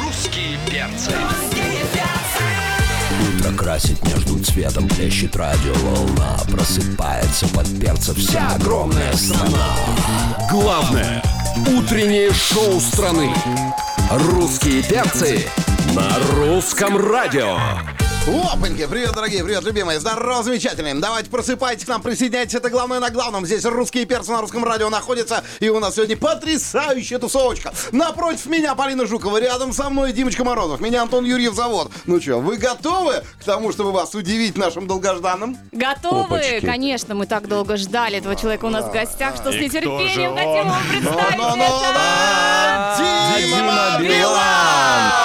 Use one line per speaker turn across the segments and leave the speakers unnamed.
Русские перцы.
Утро красит между цветом, плещет радиоволна Просыпается под перца вся огромная страна
Главное утреннее шоу страны.
Русские перцы
На русском радио.
Опаньки! Привет, дорогие, привет, любимые. Здорово, замечательные. Давайте просыпайтесь к нам, присоединяйтесь. Это главное на главном. Здесь русские перцы на русском радио находятся. И у нас сегодня потрясающая тусовочка. Напротив меня Полина Жукова, рядом со мной Димочка Морозов. Меня Антон Юрьев зовут. Ну что, вы готовы к тому, чтобы вас удивить нашим долгожданным?
Готовы?
Опачки.
Конечно, мы так долго ждали этого человека у нас в гостях, что с
И кто же
нетерпением
он? Ну,
хотим его представить.
Но-но-но-но! Дима
А, Дима
Билан!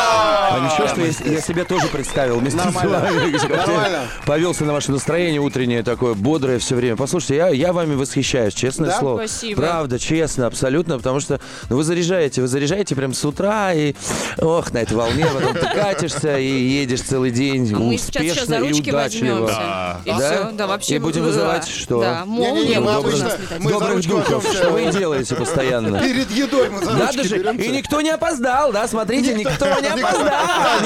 А ничего, что я, я себя тоже представил. Мистер
Нормально.
Славик, как-то
Нормально.
Повелся на ваше настроение утреннее такое, бодрое все время. Послушайте, я, я вами восхищаюсь, честное
Да?
слово.
Спасибо.
Правда, честно, абсолютно, потому что ну, вы заряжаете, вы заряжаете прям с утра, и ох, на этой волне потом ты катишься и едешь целый день
Мы сейчас еще
Ну, успешно
за
и
ручки
удачливо.
возьмемся.
Да.
И все, да, вообще.
И будем
да.
вызывать что?
Да,
Не-не-не,
молния
мы
будет у
обычно-
нас летать.
мы за
Добрых
ручку
духов,
возьмемся.
что вы делаете постоянно.
Перед едой мы за
Надо
ручки
же,
беремся.
и никто не опоздал, да, смотрите, никто, не опоздал,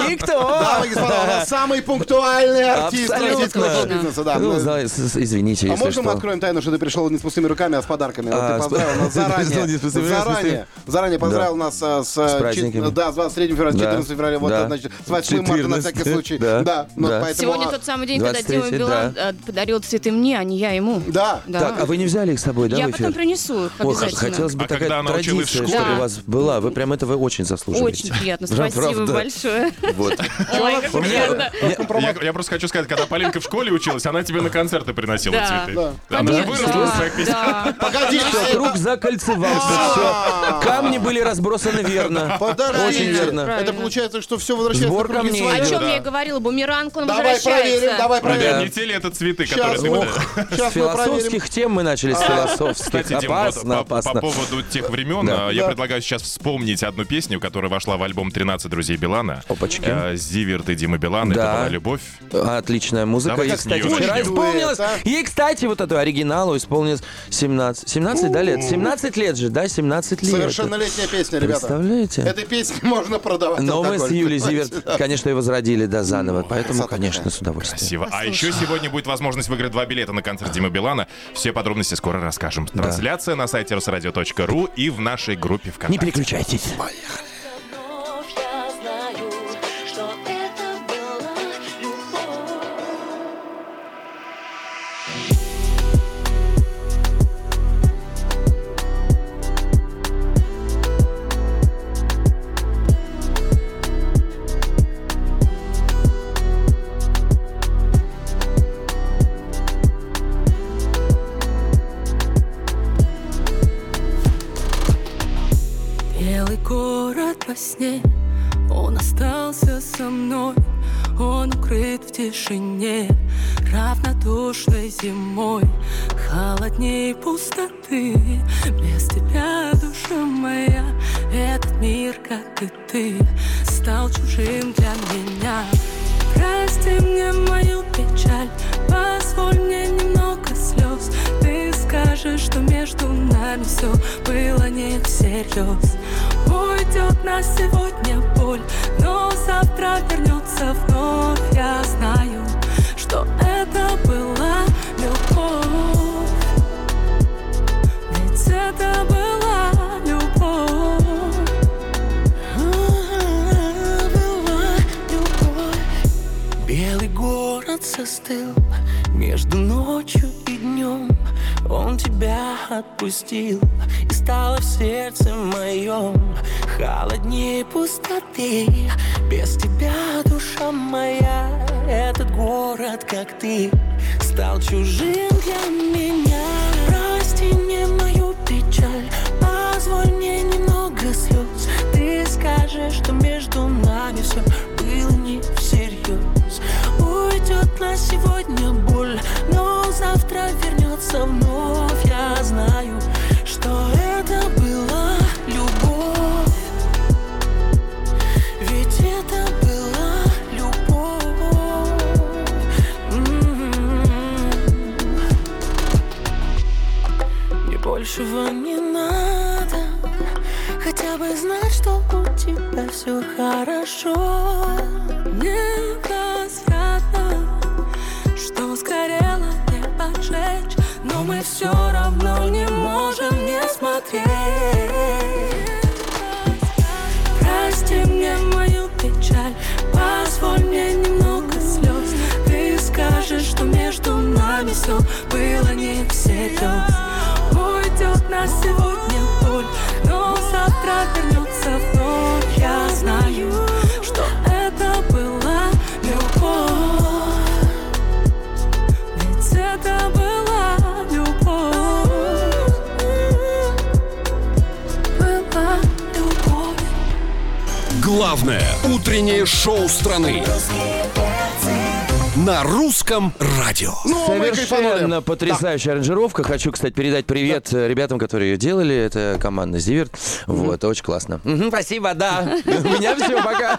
никто.
Дамы и господа, у нас самый пунктуальный артист
Абсолютно.
российского шоу-бизнеса. Да,
Ну,
Мы-
зна- с- с- извините,
А
если
можно мы
что.
откроем тайну, что ты пришел не с пустыми руками, а с подарками? Вот
А,
ты
с-
поздравил нас
ты пришел
заранее.
не с пустыми руками, а с
Заранее. Заранее поздравил
Да.
нас а, с, а, чет-
праздниками.
Да, с 23 февраля, с
Да.
14 февраля. Вот,
Да.
это, значит, с 8 марта на всякий
14,
случай.
да.
Да. ну,
Да.
поэтому,
Сегодня
а,
тот самый день, когда Дима
23,
Билан
да.
э, подарил цветы мне, а не я ему.
Да.
Да.
Так, а вы не взяли их с собой, да,
Я
в эфир?
потом принесу их
Ох,
обязательно.
хотелось бы
А когда
такая
она училась в
традиция,
школе?
чтобы
Да.
у вас была. Вы прям этого очень заслуживаете.
Очень приятно,
Прав-
спасибо
правда.
большое. Ой, как приятно.
Я, я просто хочу сказать, когда Полинка в школе училась, она тебе на концерты приносила
Да.
цветы.
Да.
Она же
Да,
выросла из своих песен.
да.
Погоди,
Всё,
это-
круг закольцевался, все. Камни были разбросаны верно.
Подожди.
Очень верно.
Это
Правильно.
получается, что все возвращается
Сбор
на круги
камней.
своя.
О
Да.
чем я и говорила, бумеранг, он
Давай проверим,
возвращается.
давай
Ребят,
проверим.
не те ли это цветы, которые
Сейчас,
ты
ох,
подарила?
С
сейчас мы проверим.
философских тем мы начали, с философских.
Кстати, Дим, вот
опасно,
по, по
опасно.
поводу тех времен,
Да.
э, я
Да.
предлагаю сейчас вспомнить одну песню, которая вошла в альбом «13 друзей Билана».
Опачки.
Э, Зиверт и Дима Билан, это
Да.
была «Любовь».
Отличная музыка.
Давайте
и,
с
кстати,
нее
вчера
начнем.
исполнилось.
Дуэт, а?
И, кстати, вот эту оригиналу исполнилось 17. 17, да, лет? 17 лет же, да, 17 лет.
Совершеннолетняя песня, ребята.
Представляете?
Этой песни можно продавать.
Но мы с
алкоголь.
Юлей Зиверт, конечно, его возродили, да, заново. Поэтому,
красота
конечно, с удовольствием.
Красиво. А еще сегодня будет возможность выиграть два билета на концерт Димы Билана. Все подробности скоро расскажем. Трансляция на сайте русрадио.ру и в нашей группе
Не
ВКонтакте.
переключайтесь.
Вновь я знаю, что это была любовь.
Белый город во сне, он остался со мной, он укрыт в тишине, равнодушной зимой, холодней пустоты. Без тебя, душа моя, этот мир, как и ты, стал чужим для меня. Прости мне мою печаль, позволь мне немного слез. Ты скажешь, что между нами все было не всерьез. Уйдет на сегодня боль, но завтра вернется вновь. Я знаю, что это была любовь. Ведь это была любовь. А, была любовь. Белый город состыл между ночью и днем. Он тебя отпустил и стало в сердце моем холоднее пустоты. Без тебя, душа моя, этот город, как ты, стал чужим для меня. Прости мне мою печаль, позволь мне немного слез. Ты скажешь, что между нами все было не всерьез. Уйдет на сегодня боль, но завтра вернется вновь. Я знаю, что это была любовь. Ведь это была любовь. М. Мне большего не надо Хотя бы знать, что у тебя все хорошо хорошо Невозвратно Что сгорело не поджечь Но мы все равно не можем не смотреть Прости мне мою печаль Позволь мне немного слез Ты скажешь, что между нами все было не всерьез Уйдет на сегодня боль Но завтра вернется вновь Я знаю, что это была любовь Ведь это была любовь Была любовь
Главное утреннее шоу страны на русском радио.
Ну, мы кайфанули.
Совершенно потрясающая аранжировка. Хочу, кстати, передать привет э, ребятам, которые ее делали. Это команда Зиверт. Вот, очень классно. Мгм, Спасибо, да. У меня все, пока.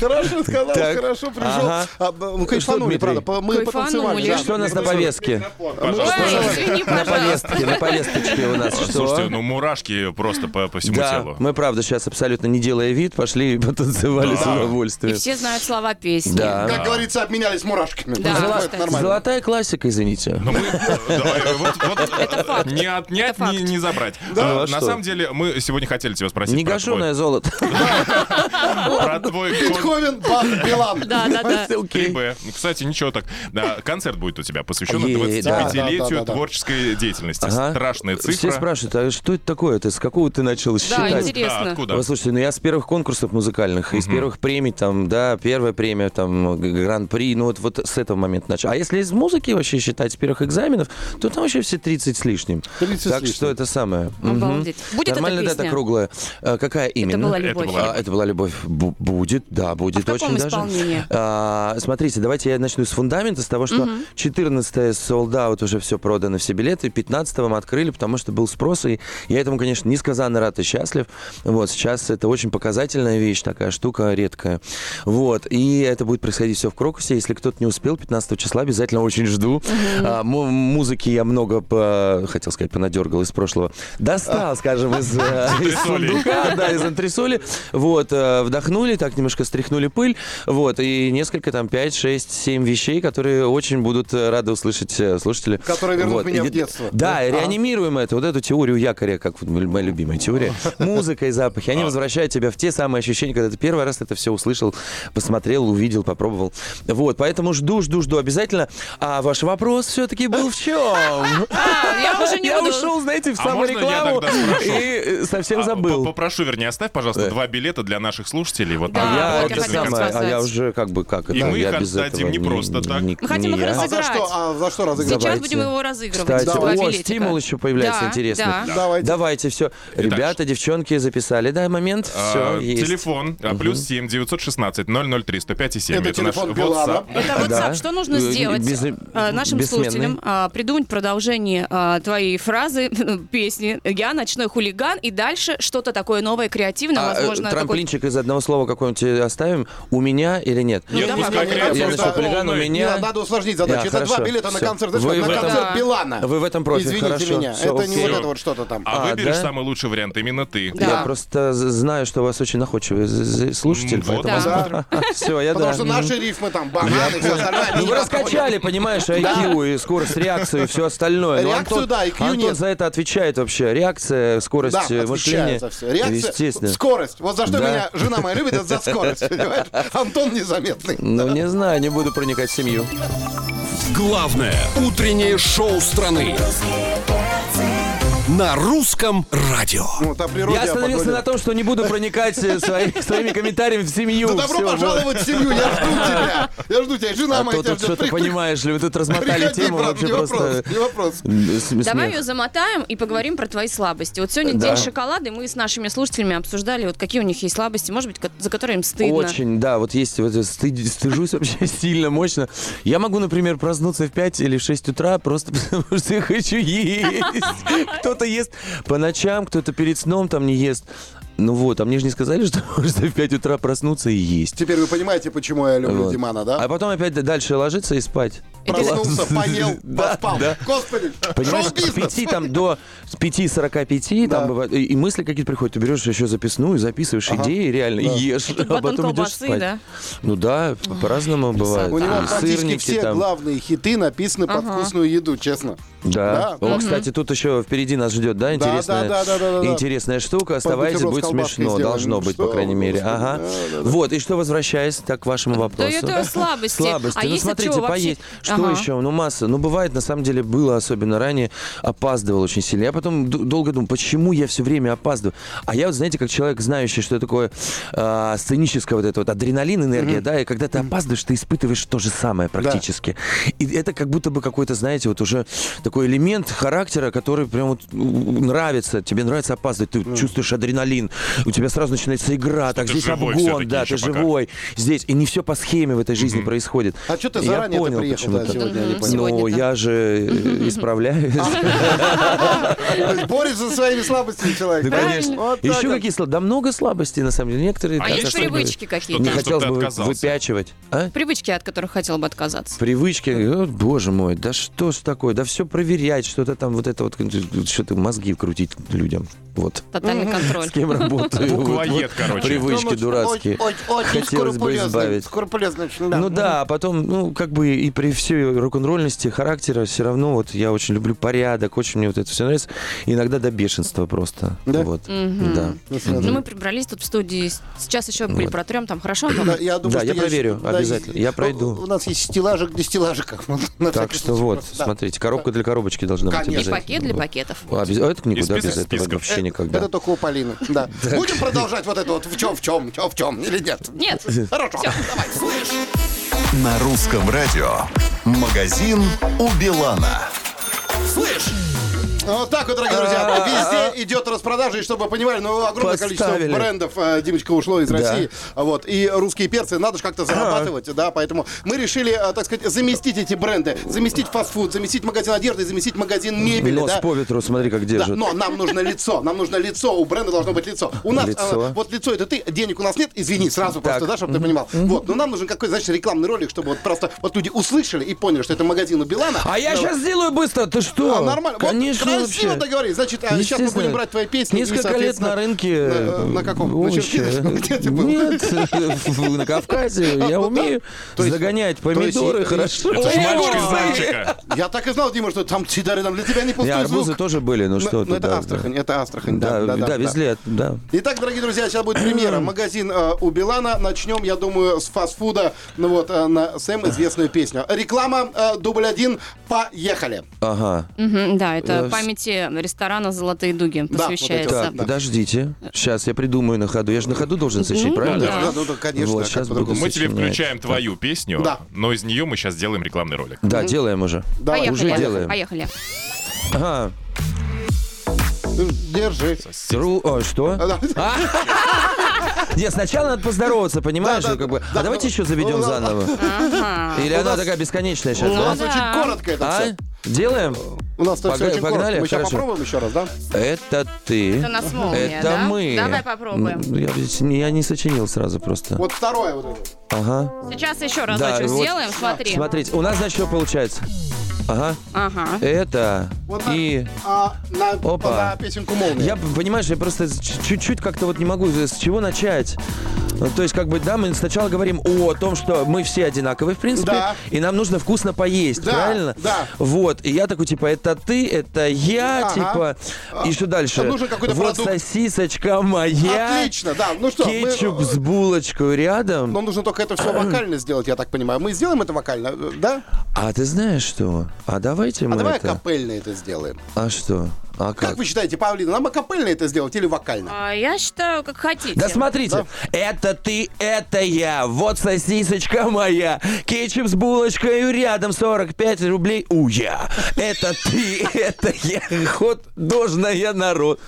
Хорошо сказал,
Так.
хорошо пришел.
Ага.
А, б- ну, кайфанули,
Дмитрий?
правда. по- Мы
Кайфанули.
потанцевали. да.
Что у нас на повестке?
Ой, извини,
На
пожалуйста.
повестке, на повесточке у нас
Слушайте,
что?
ну мурашки просто по, по всему
Да,
телу.
мы правда сейчас абсолютно не делая вид, пошли и потанцевали с
И
удовольствием.
все знают слова песни.
Да.
Как говорится, обменялись мурашками.
Да,
Ну,
Золо-
это нормально.
Золотая классика, извините.
Ну, мы- да, вот- вот Не отнять,
Это
не-
факт.
не забрать.
Да,
Э,
а
На
что?
самом деле, мы сегодня хотели тебя спросить
Не
про твой-
гашеное золото.
про твой кон-
Бетховен, Бах, Билан.
Да, да, да.
Окей.
ИБ. Ну, Кстати, ничего так. Да, концерт будет у тебя посвящен
Е,
25-летию
да, да, да, да.
творческой деятельности.
Ага.
Страшная цифра.
Все спрашивают, а что это такое? Ты с какого ты начал
Да,
считать?
Да,
интересно.
откуда?
Ой, слушайте, ну я с первых конкурсов музыкальных, из первых премий, там, да, первая премия, там, г- гран-при, ну вот, вот с этого момента начал. А если из музыки вообще считать, с первых экзаменов, то там вообще все 30 с лишним.
30 с
так
лишним.
что это самое. Мгм.
Обалдеть. Будет эта
Нормальная дата
песня?
круглая. А, какая именно?
была любовь.
Это была
А, это была любовь. Бу- будет, да, будет
А в
очень
каком
даже.
исполнении?
А, смотрите, давайте я начну с фундамента, с того, что 14-е sold out, уже все продано, все билеты, 15-го мы открыли, потому что был спрос, и я этому, конечно, несказанно рад и счастлив. Вот, сейчас это очень показательная вещь, такая штука редкая. Вот, и это будет происходить все в Крокусе, если кто-то не успел, 15 числа обязательно очень жду. А, му- музыки я много, по- хотел сказать, понадергал из прошлого.
А.
Достал, скажем, из, э, из
антресолей.
сундука, да, из антресоли. Вот, э, вдохнули, так немножко стряхнули пыль. Вот, и несколько там 5, 6, 7 вещей, которые очень будут э, рады услышать э, слушатели.
Которые вернут меня в
и-
детство.
Да, и
Ага.
реанимируем это, вот эту теорию якоря, как вот моя любимая теория. Музыка и запахи,
А.
они возвращают тебя в те самые ощущения, когда ты первый раз это все услышал, посмотрел, увидел, попробовал. Вот, поэтому жду, жду, жду обязательно. А ваш вопрос все-таки был в чем?
А, я уже не
Я
буду.
ушел, знаете, в
А можно я
саморекламу
тогда спрошу?
и э, совсем
А,
забыл. Э.
по- Попрошу, вернее, оставь, пожалуйста, два билета для наших слушателей. Вот
Да,
на
Я
вот я
концерт.
это
хотела
самое, а
сказать.
я уже как бы как
И
да,
мы их
я без
отдадим
этого
не просто так.
не-
Мы хотим
не
их
я.
А за
разыграть.
что? А за что разыгрывать?
Сейчас
Давайте.
будем его разыгрывать.
Кстати,
Два
о,
билетика.
стимул еще появляется
Да,
интересный.
да.
Давайте.
Давайте, все. Ребята, девчонки, записали, да, момент? Все,
А,
есть.
Телефон а, плюс 7 916 003 105 и 7.
Это телефон Билана.
Это
Да.
WhatsApp. Что нужно
Э,
сделать
без-
а, нашим
бессменный.
слушателям? А, придумать продолжение а, твоей фразы, песни «Я ночной хулиган» и дальше что-то такое новое, креативное,
А, э,
возможно, какой-то-
трамплинчик из одного слова какое-нибудь оставим? У меня или нет?
Ну,
Нет,
давай.
Я
пускай креатив
я
это
будет
начал хулиган, у
полный.
меня...
Не, надо усложнить задачу.
Да,
это два
хорошо,
билета на
всё.
концерт. Это
Вы
что,
в
на
этом-
концерт
Да.
Билана.
Вы в этом профи,
Извините
хорошо,
меня.
всё,
это не
окей.
вот это вот что-то там.
А
А,
выберешь
да?
самый лучший вариант именно ты.
Да.
Я просто з- знаю, что у вас очень находчивый з- з- слушатель,
М, вот
поэтому...
да.
Все, я
Потому
да.
что
Мгм.
наши рифмы там, бананы, все остальное. они
Ну,
не
вы
подходят.
раскачали, понимаешь, IQ и скорость реакции и все остальное. Но
Реакцию,
Антон-
да, IQ
Антон
нет.
за это отвечает вообще. Реакция, скорость
Да,
э,
отвечает
мышления.
за все. Реакция,
Естественно.
скорость. Вот за что
Да.
меня жена моя любит, это за скорость. понимаешь? Антон незаметный.
Ну, не знаю, не буду проникать в семью.
Главное утреннее шоу страны на русском радио.
Вот а о природе,
Я остановился
о
на
погоде.
том, что не буду проникать э, свои- своими комментариями в семью.
Да Ну, добро
Всё, вот.
пожаловать в семью, я жду тебя. Я жду тебя, жена
А
моя
то
тебя
тут
ждет.
что-то
Приходи,
понимаешь ли, вы тут размотали
приходи,
тему
брат,
вообще
не вопрос,
просто...
не вопрос.
э, с-
Давай
смех.
ее замотаем и поговорим про твои слабости. Вот сегодня
Да.
день шоколада, и мы с нашими слушателями обсуждали, вот какие у них есть слабости, может быть, ко- за которые им стыдно.
Очень, да, вот есть, вот стыд- стыжусь вообще сильно, мощно. Я могу, например, проснуться в 5 или в 6 утра просто потому, что я хочу есть. Кто-то ест по ночам, кто-то перед сном там не ест. Ну вот, а мне же не сказали, что можно в 5 утра проснуться и есть.
Теперь вы понимаете, почему я люблю
Вот.
Димана, да?
А потом опять д- дальше ложиться и спать.
Проснулся, поел,
Да,
поспал.
да.
Господи,
Понимаешь, с
шоу-бизнес.
5 там, до 5.45
Да.
там бывает, и, и мысли какие-то приходят. Ты берешь еще записную, записываешь идеи реально, и ешь, а
батон
потом идешь
колбасы,
спать.
да?
Ну да, по-разному бывает.
У него
И
практически
сырники
все
там.
главные хиты написаны под вкусную еду, честно.
Да.
Да.
О, кстати, тут еще впереди нас ждет, да, интересная,
да, да, да, да, да.
интересная штука. Оставайтесь,
бутерброд
будет
с колбаской
смешно.
сделаем.
Должно
Ну
быть,
что
по крайней
вы,
мере.
господи,
Ага.
да, да, да.
Вот, и что, возвращаясь, так к вашему вопросу.
это слабости.
Слабости.
А
ну,
есть от
смотрите,
чего вообще?
поесть. Что
Ага.
еще? Ну, масса. Ну, бывает, на самом деле, было особенно ранее, опаздывал очень сильно. Я потом д- долго думал, почему я все время опаздываю. А я вот, знаете, как человек, знающий, что такое а, сценическое вот это вот адреналин, энергия, да, и когда ты опаздываешь, ты испытываешь то же самое практически. И это как будто бы какой-то, знаете, вот уже такой элемент характера, который прям вот м, нравится. Тебе нравится опаздывать, ты чувствуешь адреналин, у тебя сразу начинается игра, так
ты
здесь
живой
обгон,
всё-таки
да,
ещё
ты
пока.
живой, здесь. И не все по схеме в этой жизни происходит.
А что ты
И я
заранее
понял,
приехал
почему
да,
так.
сегодня, я не
Мгм.
понял.
Ну,
Сегодня-то. А,
я же э, исправляюсь.
То есть Борется со своими слабостями человек.
Ну, конечно.
Вот так
Еще
вот.
какие слабости? Да много слабостей, на самом деле. Некоторые...
А
да,
есть
за что говорить?
привычки какие-то?
Не
Что-то,
хотелось
что ты
бы
отказался.
выпячивать. А?
Привычки, от которых хотел бы отказаться.
Привычки, О, боже мой, да что ж такое, да все проверять, что-то там, вот это вот, что-то мозги крутить людям, вот,
Тотальный контроль.
с кем работаю, Вот,
Буквоед,
вот
короче.
привычки
Очень-
дурацкие,
очень- Очень
хотелось бы
скрупулезный.
избавить.
Скрупулезный очень,
Ну да, а потом, ну, как бы и при всей рок-н-ролльности характера все равно вот я очень люблю порядок, очень мне вот это все нравится. Иногда до бешенства просто.
Да?
Вот.
Мгм.
Да.
Ну, мы прибрались тут в студии. Сейчас еще были протрем, там хорошо?
Да, я думаю,
Да,
что
я проверю,
да,
обязательно. Я
у-
пройду.
У нас есть стеллажик для стеллажиков. На
Так
всякий
что
случай
вот,
просто, да.
смотрите, коробка для коробочки должна быть
Конечно.
И
обязательно.
пакет для пакетов.
Вот. Обяз- а Это
И
никуда
список
без этого
списков.
вообще никогда.
Это только у Полины. Да. Будем продолжать вот это вот в чем, в чем, в чем, в чем, или нет?
Нет.
Хорошо.
На русском радио. Магазин у Билана.
Вот так вот, дорогие
А,
друзья, везде идет распродажа, и чтобы вы понимали, ну, огромное количество
Поставили.
брендов, э, Димочка, ушло из
Да. А.
России, А вот, и русские перцы, надо же как-то зарабатывать, да, поэтому мы решили, э, так сказать, заместить эти бренды, заместить фастфуд, заместить магазин одежды, заместить магазин мебели,
Нос
да.
по ветру, смотри, как
Да,
держит.
но нам нужно лицо, нам нужно лицо, у бренда должно быть лицо. У нас,
Лицо.
э, вот лицо это ты, денег у нас нет, извини, сразу просто, да, чтобы ты понимал. Вот, но нам нужен какой-то, значит, рекламный ролик, чтобы вот просто вот люди услышали и поняли, что это магазин у Билана.
А я
Да,
сейчас сделаю быстро, ты что?
а, нормально. Вот
Конечно,
красиво
вообще.
договорились. Значит, а сейчас мы
Естественно.
будем брать твои песни. и,
Несколько лет
соответственно,
на рынке.
на- э, на каком? На
овощи.
Черкизовском? Где ты был?
Нет, в- на Кавказе. Я умею
То есть-
загонять
то есть-
помидоры хорошо.
Это ж
Ой,
мальчик из
ой.
мальчика.
Я так и знал, Дима, что там сидары, там для тебя не
Не,
пустой
арбузы
звук.
тоже были, ну
Ну,
что
ну,
ты,
это
да,
Астрахань,
да.
это Астрахань, да,
Да,
да, да, да.
везли, от- да.
Итак, дорогие друзья, сейчас будет премьера. Магазин э, у Билана. Начнем, я думаю, с фастфуда. Ну вот, э, на Сэм известную песню. Реклама, э, дубль один, поехали.
Ага.
Мгм, Да,
Э,
это памяти ресторана «Золотые дуги»
вот
посвящается.
Так, подождите. Сейчас я придумаю на ходу. Я же на ходу должен сочинить,
Ну,
правильно?
да.
Ну, да, конечно,
Вот,
а как
сейчас
по-другому?
буду
Мы тебе
сочинять.
включаем твою песню,
Да.
но из нее мы сейчас сделаем рекламный ролик.
Да, делаем уже.
Давай.
уже
Поехали,
делаем.
поехали.
Ага.
Держи.
Тру- о, что?
Да.
Нет, сначала надо поздороваться, понимаешь?
Да, да,
ну, как бы.
да,
а давайте
ну,
еще заведем
ну, да.
заново.
Ага. Ну
Или она такая бесконечная сейчас,
У
да?
нас
да.
очень коротко это
А?
все.
Делаем?
У нас это
Пога-
все очень коротко.
погнали?
Мы сейчас
Хорошо.
попробуем еще раз, да?
Это ты.
Это нас молния,
Это
да?
мы.
Давай попробуем.
Ну, Я, ведь не- я не сочинил сразу просто.
Вот второе вот это.
Ага.
Сейчас еще
Да,
разочек
вот.
сделаем, смотри.
Смотрите, у нас значит что получается? Ага.
Ага.
э, Это
Вот так.
и...
А, на,
Опа.
на песенку молнии.
Я, понимаешь, я просто ч- чуть-чуть как-то вот не могу, э, с чего начать. Ну, То есть, как бы, да, мы сначала говорим о том, что мы все одинаковые, в принципе,
Да.
и нам нужно вкусно поесть,
Да,
правильно?
да.
Вот, и я такой, типа, это ты, это я,
Ага.
типа, и что дальше?
нужен какой-то
вот
продукт.
сосисочка моя,
Отлично, да. Ну что, мы,
кетчуп
э, ну,
с булочкой рядом.
Нам нужно только это все вокально сделать, я так понимаю. Мы сделаем это вокально, э, да?
А ты знаешь что? А давайте
А
мы
давай
это...
акапельно это сделаем.
А что? А как?
Как вы считаете, Павлина, нам акапельно это сделать или вокально?
А, Я считаю, как хотите.
Да смотрите, это ты, это я, вот сосисочка моя, кетчуп с булочкой рядом, 45 рублей, у я. Это ты, это я, ход должная народ.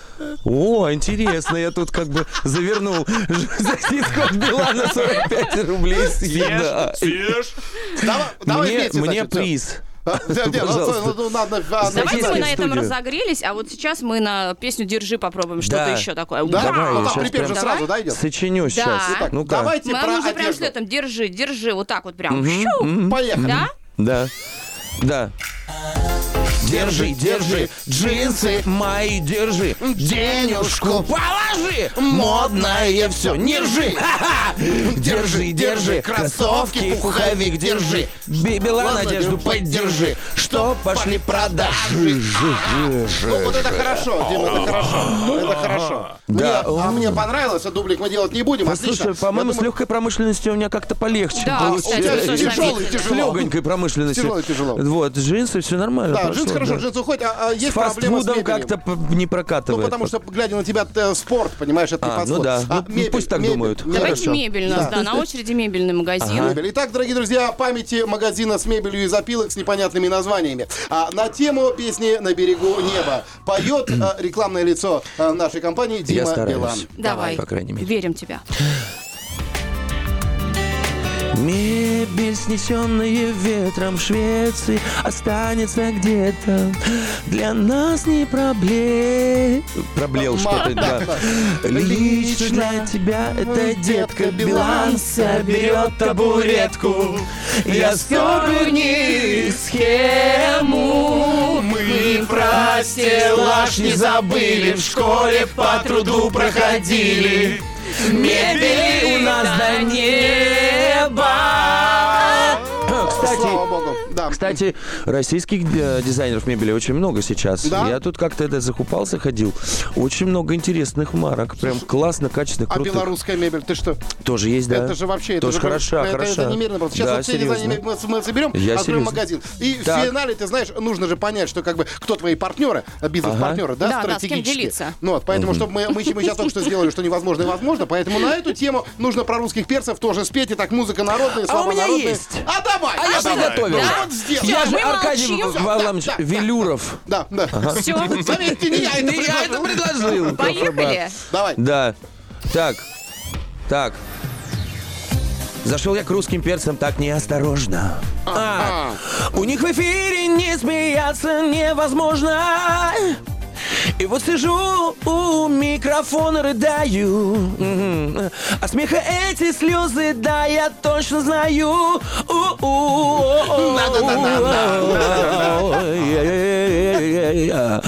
О, интересно, я тут как бы завернул сосиску от Билана 45 рублей
Съешь,
съеда.
съешь.
Дава- Давай
Мне,
вместе,
мне
значит, всё.
приз.
Да, нет, ну,
Пожалуйста.
ну, ну, надо, а,
Давай
Давайте
Зачислили
мы
в
на этом
студию.
разогрелись, а вот сейчас мы на песню «Держи» попробуем что-то
Да.
еще такое.
Да,
Давай,
вот там
щас
припев же
прям.
сразу, да, идет?
Сочиню сейчас.
Итак,
Ну-ка.
Давайте
А? Мы
про
нужно прям
одежду.
что там «Держи, держи», вот так вот прям. Щу!
Поехали.
Да?
Да. Да. Держи, держи, джинсы мои держи, денежку положи, модное все, не ржи, Ха-ха! держи, держи, кроссовки, пуховик держи, бибела надежду поддержи, что пошли продажи.
Ну, вот это хорошо, Дима, это хорошо. Это хорошо.
Э, Да.
Мне- А мне понравилось, а дублик мы делать не будем, отлично.
Слушай, по-моему,
Я
с
думаю,
легкой промышленностью у меня как-то полегче
Да,
получилось.
кстати, слушай,
Тяжелый,
Давид,
С
тяжело.
легонькой промышленностью.
Тяжело, тяжело.
Вот, джинсы, все нормально.
Да,
прошло,
джинсы хорошо,
да.
джинсы уходят, а а
С
есть проблема с
фастфудом
мебелью.
как-то п- не прокатывает.
Ну, потому
пока.
что, глядя на тебя, т- спорт, понимаешь, это не
А, ну
подход.
да.
А,
Ну, ну, пусть так думают.
Давайте
Хорошо.
мебель у нас, да, на очереди мебельный магазин.
Мебель. Итак, дорогие друзья, памяти магазина с мебелью из опилок с непонятными названиями. А на тему песни «На берегу неба» поет э, рекламное лицо э, нашей компании
Я
Дима
стараюсь.
Билан.
Давай,
По крайней мере.
верим тебя.
Мебель, снесенная ветром в Швеции, останется где-то. Для нас не проблем. Проблел что-то, да. Лично для тебя эта детка Билан соберет табуретку. Я стерну них схему. Мы про стеллаж не забыли, в школе по труду проходили. Мебели у нас до неба.
Слава
Кстати,
богу. Да.
кстати, российских э, дизайнеров мебели очень много сейчас.
Да?
Я тут как-то это закупался, ходил. Очень много интересных марок. Прям классно, качественных,
А
крутых.
белорусская мебель, ты что?
Тоже есть, да?
Это же вообще...
Тоже
это же,
хороша,
это,
хороша.
Это немерено просто. Сейчас
да,
вот все
серьезно.
дизайнеры мы, мы соберем,
Я
откроем
серьезно.
магазин. И в
Так.
финале, ты знаешь, нужно же понять, что как бы кто твои партнеры, э, бизнес-партнеры, да,
Да, да, с кем
стратегически.
делиться.
Ну вот, поэтому, чтобы мы, мы, щ- мы сейчас только что сделали, что невозможно и возможно, поэтому на эту тему нужно про русских перцев тоже спеть, и так музыка народная, слова
у меня
народные.
есть.
А давай!
А я
давай.
приготовил.
Да, вот сделай.
Я
Всё,
же
мы
Аркадий
молчим.
Валамович
Да, да, да.
Велюров.
Да, да.
Все,
Заметьте, не я это
Не я
предложил.
это предложил.
поехали.
Акробат.
Давай.
Да. Так. Так. Зашел я к русским перцам так неосторожно. А, у них в эфире не смеяться невозможно. И вот сижу у микрофона, рыдаю. Мгм. А смеха эти слезы, да, я точно знаю. У-у. Ой-ой-ой-ой-ой.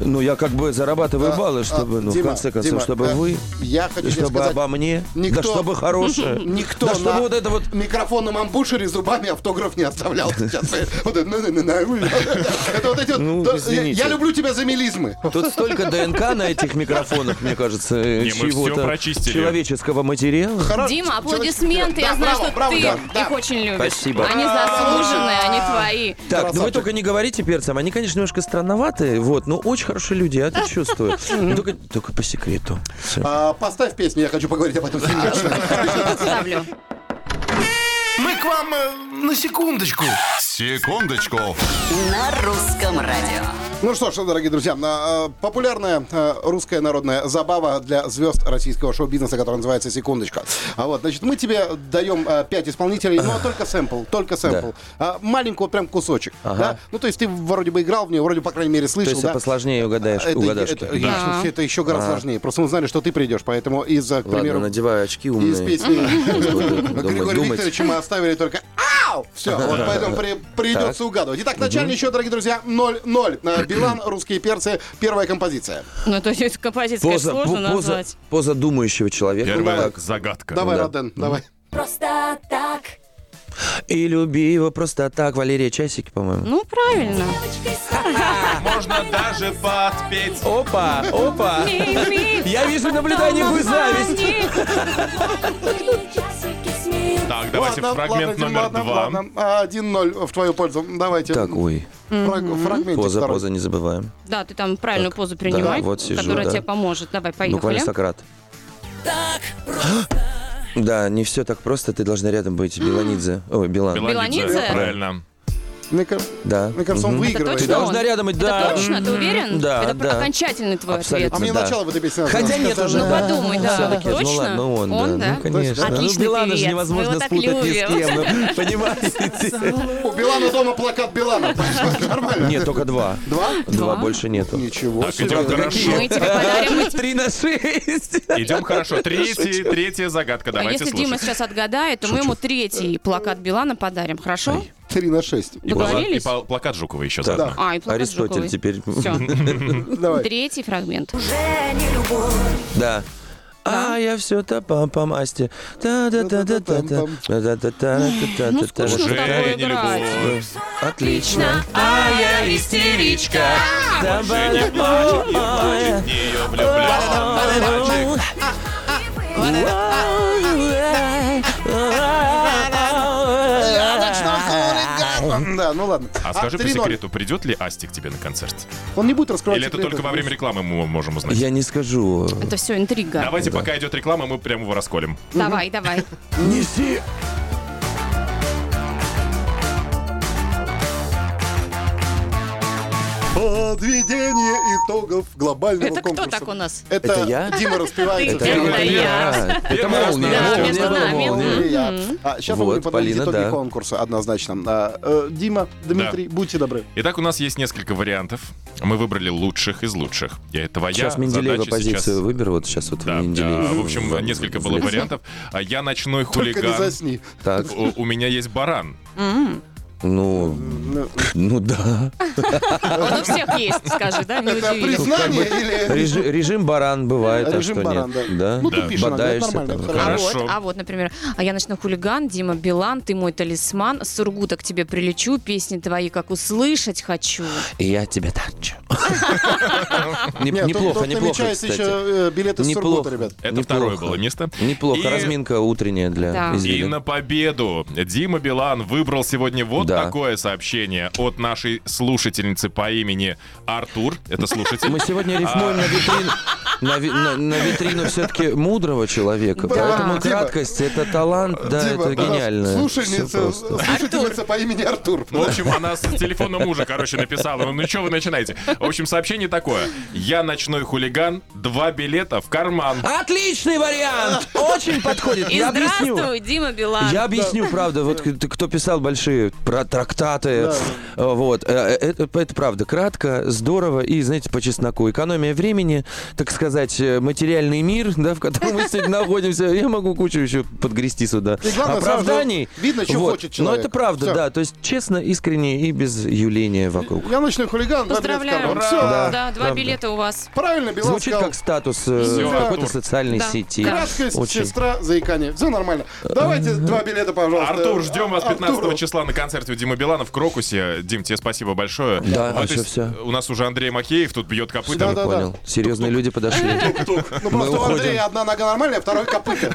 Ну, я как бы зарабатываю баллы, чтобы, ну, в
А, Дима,
конце концов,
Дима,
чтобы
э,
вы,
я хочу тебе
чтобы
сказать,
обо мне,
никто-
да чтобы хорошее,
Никто
да чтобы
на
вот это вот
микрофонном амбушере зубами автограф не оставлял. Сейчас, э, вот это, «на-на-на-на». ну. Это вот эти вот,
Ну,
да, я-
извините.
Я люблю тебя за мелизмы.
Тут столько ДНК на этих микрофонах, мне кажется, э,
Не, мы всё
чего-то
прочистили.
человеческого материала.
Хорош-
Дима,
человек-
аплодисменты.
Да,
Я знаю,
браво,
что
браво,
ты
да, да.
их очень любишь.
Спасибо.
Они заслуженные, они твои.
Так, ну вы
Красавчик.
только не говорите перцам. Они, конечно, немножко странноватые, вот, но очень хорошие люди, я это чувствую. Ну, Только, только по секрету. Всё.
А, Поставь песню, я хочу поговорить об этом серьезно.
Ставлю.
Мы к вам э, на секундочку.
Секундочку.
На русском радио.
Ну что ж, дорогие друзья, а, а, популярная а, русская народная забава для звезд российского шоу-бизнеса, которая называется «Секундочка». А вот, значит, мы тебе даем а, пять исполнителей, но только сэмпл, только сэмпл. А, Маленького прям кусочек, да? Ну, то есть ты вроде бы играл в нее, вроде, по крайней мере,
То
слышал,
есть а
да?
посложнее угадаешь,
Э, Это,
угадашки. А.
это- я- это еще гораздо сложнее. Просто мы знали, что ты придешь, поэтому из, э, к
Ладно,
примеру,
надеваю очки
из
умные.
песни
Думать,
Григория
думать.
Викторовича мы оставили только «Ау!» Все, вот поэтому при- придется угадывать. Итак, начальный еще, дорогие друзья, 0-0. А, Билан, «Русские перцы», первая композиция.
Ну, то есть композиция, конечно,
Поза,
сложно
по- поза,
назвать.
поза думающего человека.
Первая
Так.
загадка.
Давай,
да.
Роден, давай.
Просто так,
И люби его просто так, Валерия Часики, по-моему.
Ну, правильно.
Можно даже подпеть.
Опа, опа. Я вижу наблюдание, вы зависть.
часики смеют.
Так, давайте
Ладно,
фрагмент
ладно, Дим,
номер
ладно,
два.
ладно. А, 1-0 в твою пользу. Давайте.
Так, ой,
Фраг- фрагментик
поза,
второй.
поза, не забываем.
Да, ты там правильную позу принимай,
да, вот сижу,
которая
да. Ну,
тебе поможет. Давай,
Буквально
поехали.
Сократ. Да, не все так просто, ты должна рядом быть, Беланидзе. Ой, Билан.
Беланидзе,
Беланидзе?
Правильно.
Мне кажется,
Да.
мне кажется, он
Мгм.
выигрывает.
Ты должна рядом идти.
Это
Да.
точно? Ты уверен?
Да,
Это
да.
окончательный твой ответ.
Абсолютно,
А мне
да.
начало в этой песне надо
Хотя
сказать.
нет, уже.
Ну,
да.
подумай, да.
Всё-таки,
Точно?
Ну ладно, он,
Он, да?
Ну, конечно.
Отличный
ну, Билана
певец.
же невозможно
Мы его так
спутать ни с
любим.
кем. ну, понимаете?
У Билана дома плакат Билана. Нормально.
Нет, только два.
Два?
Два больше нету.
Ничего
Так,
себе.
идем
Правда,
хорошо.
Мы тебе подарим... эти-
Три на шесть.
Идем хорошо. Третий, третья загадка.
А
Давайте
если Дима
слушать. Э.
сейчас отгадает, то мы ему третий плакат Билана подарим, хорошо?
Три на шесть.
И пла- И
Договорились?
пла- плакат Жукова еще заодно.
А, и плакат
Аристотель теперь.
Все.
Давай.
Третий фрагмент.
Да. А, я все та пам пам Асти. Та да та да та та та та та та
Ну, скучно с
Уже
тобой
не
играть.
любовь.
Отлично. А я истеричка. Да,
Женя плачет, не плачет, в нее влюблен. Мальчик.
Да, ну ладно.
А скажи по
3-0.
секрету, придет ли Астик тебе на концерт?
Он не будет раскрывать
Или это
секреты,
только во время рекламы мы можем узнать?
Я не скажу.
Это все интрига.
Давайте, пока идет реклама, мы прямо его расколем.
Давай, давай.
Неси.
Подведение итогов глобального
Это кто
конкурса.
так у нас?
Это,
Это я?
Дима распевает.
Ты, Это
Это я. Это
Первый раз
молния.
на
Да,
молния,
между
была
нами.
молния.
сейчас
Вот,
А, мы будем подводить
Полина,
итоги
да.
конкурса однозначно. А, э, Дима, Дмитрий, будьте добры.
Итак, у нас есть несколько вариантов. Мы выбрали лучших из лучших. И это твоя
Сейчас Менделеева
задача
позицию
сейчас-
выберу, вот сейчас вот
Да,
Менделеев.
а, в общем,
в-
несколько было
в-
вариантов. А Я ночной
Только не
хулиган.
засни.
Так,
У, у меня есть баран.
ну,
Ну,
ну да.
Он у всех есть, скажи, да? Не
Это
удивись.
признание или...
Режи- режим баран бывает, а
Режим
что
баран,
нет?
да. Ну,
Да.
тупишь иногда, это
Бодаешься
нормально.
там.
это
Хорошо.
хорошо.
А вот, а вот, например, а я начну хулиган, Дима Билан, ты мой талисман, с Сургута к тебе прилечу, песни твои как услышать хочу.
И я тебя тарчу. Не-
Нет, тут-
Неплохо,
тут
неплохо,
намечается
кстати.
еще э, билеты с Сургута,
Неплохо.
ребят.
Это
Неплохо.
второе было место. И-
Неплохо, разминка утренняя
Да.
для
И
извилин.
на победу Дима Билан выбрал сегодня вот
Да.
такое сообщение от нашей слушательницы по имени Артур. Это слушатель.
Мы сегодня
А.
рифмуем на витрину. На, ви- на- на витрину все-таки мудрого человека,
Да.
поэтому
Дима.
краткость это талант, да,
Дима,
это
да,
гениально. Всё
Слушательница,
просто.
слушательница по имени Артур.
Ну, в общем, она с телефона мужа, короче, написала. Ну, ну, что вы начинаете? В общем, сообщение такое. Я ночной хулиган, два билета в карман.
Отличный вариант, очень подходит.
И
Я объясню.
здравствуй, Дима
А,
Билан.
Я объясню, правда, вот к- кто писал большие про трактаты, э, вот, э, э, это, это правда, кратко, здорово и, знаете, по чесноку. Экономия времени, так сказать, э, материальный мир, да, в котором мы сегодня находимся, я могу кучу еще подгрести сюда.
И главное, сразу
Оправданий.
видно, чё
Вот.
хочет
Но
человек.
это правда,
Всё.
да, то есть честно, искренне и без юления вокруг.
Я ночной хулиган. два билета в
Поздравляю.
карман. Всё,
Да,
Да,
два
правда.
билета у вас.
Правильно, Билан
Звучит
сказал.
как статус э,
Всё,
в какой-то
Артур.
социальной
Да,
сети.
да.
Краткость,
Очень. Э,
сестра, заикание. Все нормально. Давайте два билета, пожалуйста.
Артур, ждем вас 15
Артуру.
числа на концерте у Димы Билана в Крокусе. Дим, тебе спасибо большое.
Да,
Вот
а
и
всё, всё.
У нас уже Андрей Макеев тут бьет копытом.
Да-да.
Понял. Серьезные люди подошли.
Ну просто у
уходим.
Андрея одна нога нормальная, второй копыта.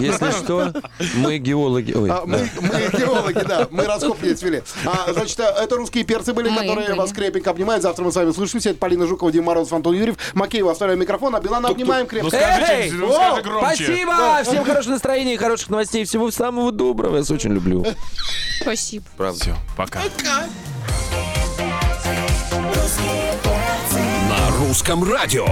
Если что, мы геологи. Ой,
А, Мы,
да.
мы геологи, да, мы раскопки свели. А, значит, а, это русские перцы были,
Мы
которые
были.
вас крепенько обнимают. Завтра мы с вами услышимся. Это Полина Жукова, Дима Мороз, Антон Юрьев. Макеева оставляю микрофон, а Билана обнимаем
Ну,
крепко.
скажи,
Эй,
чем- ну, скажи громче.
Спасибо! Всем хорошего настроения, хороших новостей, всего самого доброго. Я вас очень люблю.
Спасибо.
Все, пока.
На русском радио.